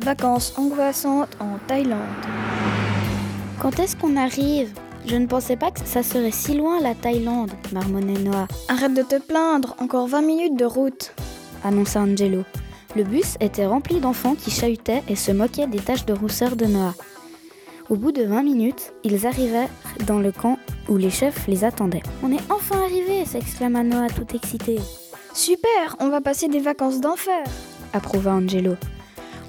Vacances angoissantes en Thaïlande. Quand est-ce qu'on arrive Je ne pensais pas que ça serait si loin la Thaïlande, marmonnait Noah, Arrête de te plaindre, encore 20 minutes de route. annonça Angelo. Le bus était rempli d'enfants qui chahutaient et se moquaient des taches de rousseur de Noah. Au bout de 20 minutes, ils arrivèrent dans le camp où les chefs les attendaient. On est enfin arrivés s'exclama Noah tout excité. Super, on va passer des vacances d'enfer. approuva Angelo.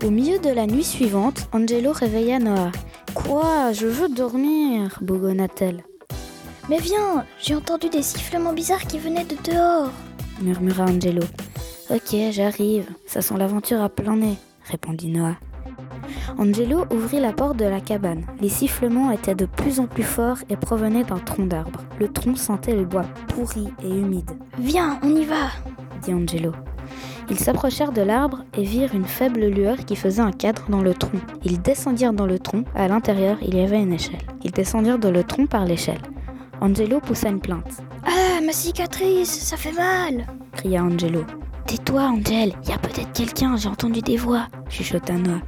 Au milieu de la nuit suivante, Angelo réveilla Noah. Quoi Je veux dormir bougonna-t-elle, Mais viens, j'ai entendu des sifflements bizarres qui venaient de dehors. murmura Angelo. Ok, j'arrive, ça sent l'aventure à plein nez, répondit Noah. Angelo ouvrit la porte de la cabane. Les sifflements étaient de plus en plus forts et provenaient d'un tronc d'arbre. Le tronc sentait le bois pourri et humide. Viens, on y va. dit Angelo. Ils s'approchèrent de l'arbre et virent une faible lueur qui faisait un cadre dans le tronc. Ils descendirent dans le tronc, à l'intérieur il y avait une échelle. Ils descendirent dans le tronc par l'échelle. Angelo poussa une plainte, Ah, ma cicatrice, ça fait mal. cria Angelo. Tais-toi, Angel, il y a peut-être quelqu'un, j'ai entendu des voix, chuchota Noah.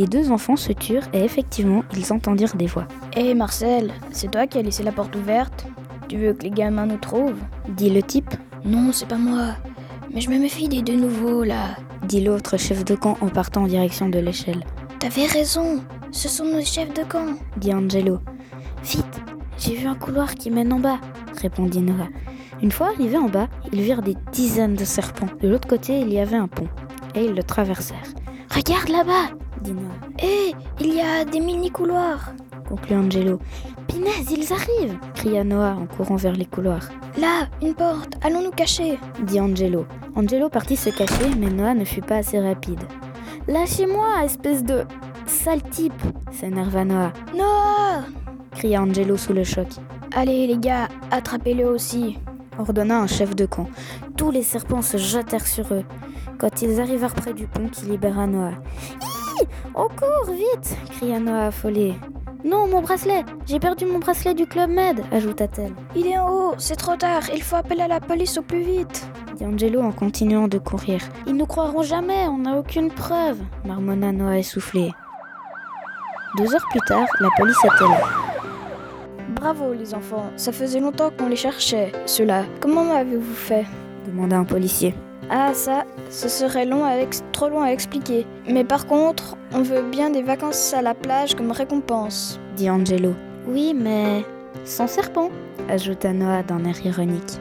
Les deux enfants se turent et effectivement, ils entendirent des voix, Hé Eh, Marcel, c'est toi qui as laissé la porte ouverte Tu veux que les gamins nous trouvent dit le type, Non, c'est pas moi. Mais je me méfie des deux nouveaux là. dit l'autre chef de camp en partant en direction de l'échelle, T'avais raison. Ce sont nos chefs de camp. dit Angelo. Vite, j'ai vu un couloir qui mène en bas, répondit Noah. Une fois arrivés en bas, ils virent des dizaines de serpents. De l'autre côté, il y avait un pont, et ils le traversèrent, Regarde là-bas. dit Noah. Hé, il y a des mini couloirs. Conclut Angelo. Pinaise, ils arrivent cria Noah en courant vers les couloirs, Là, une porte. Allons nous cacher. dit Angelo. Angelo partit se cacher, mais Noah ne fut pas assez rapide. Lâchez-moi, espèce de sale type s'énerva Noah, Noah cria Angelo sous le choc. Allez les gars, attrapez-le aussi. ordonna un chef de camp. Tous les serpents se jetèrent sur eux. Quand ils arrivèrent près du pont qui libéra Noah. Hi On court, vite cria Noah affolé. Non, mon bracelet J'ai perdu mon bracelet du Club Med ajouta-t-elle. Il est en haut, c'est trop tard. Il faut appeler à la police au plus vite. Dit Angelo en continuant de courir. Ils nous croiront jamais, on n'a aucune preuve marmonna Noah essoufflé. Deux heures plus tard, la police était là. Bravo les enfants, ça faisait longtemps qu'on les cherchait, ceux-là. Comment m'avez-vous fait demanda un policier. Ah ça, ce serait long à ex- trop long à expliquer. Mais par contre, on veut bien des vacances à la plage comme récompense. dit Angelo. Oui, mais sans serpent, ajouta Noah d'un air ironique.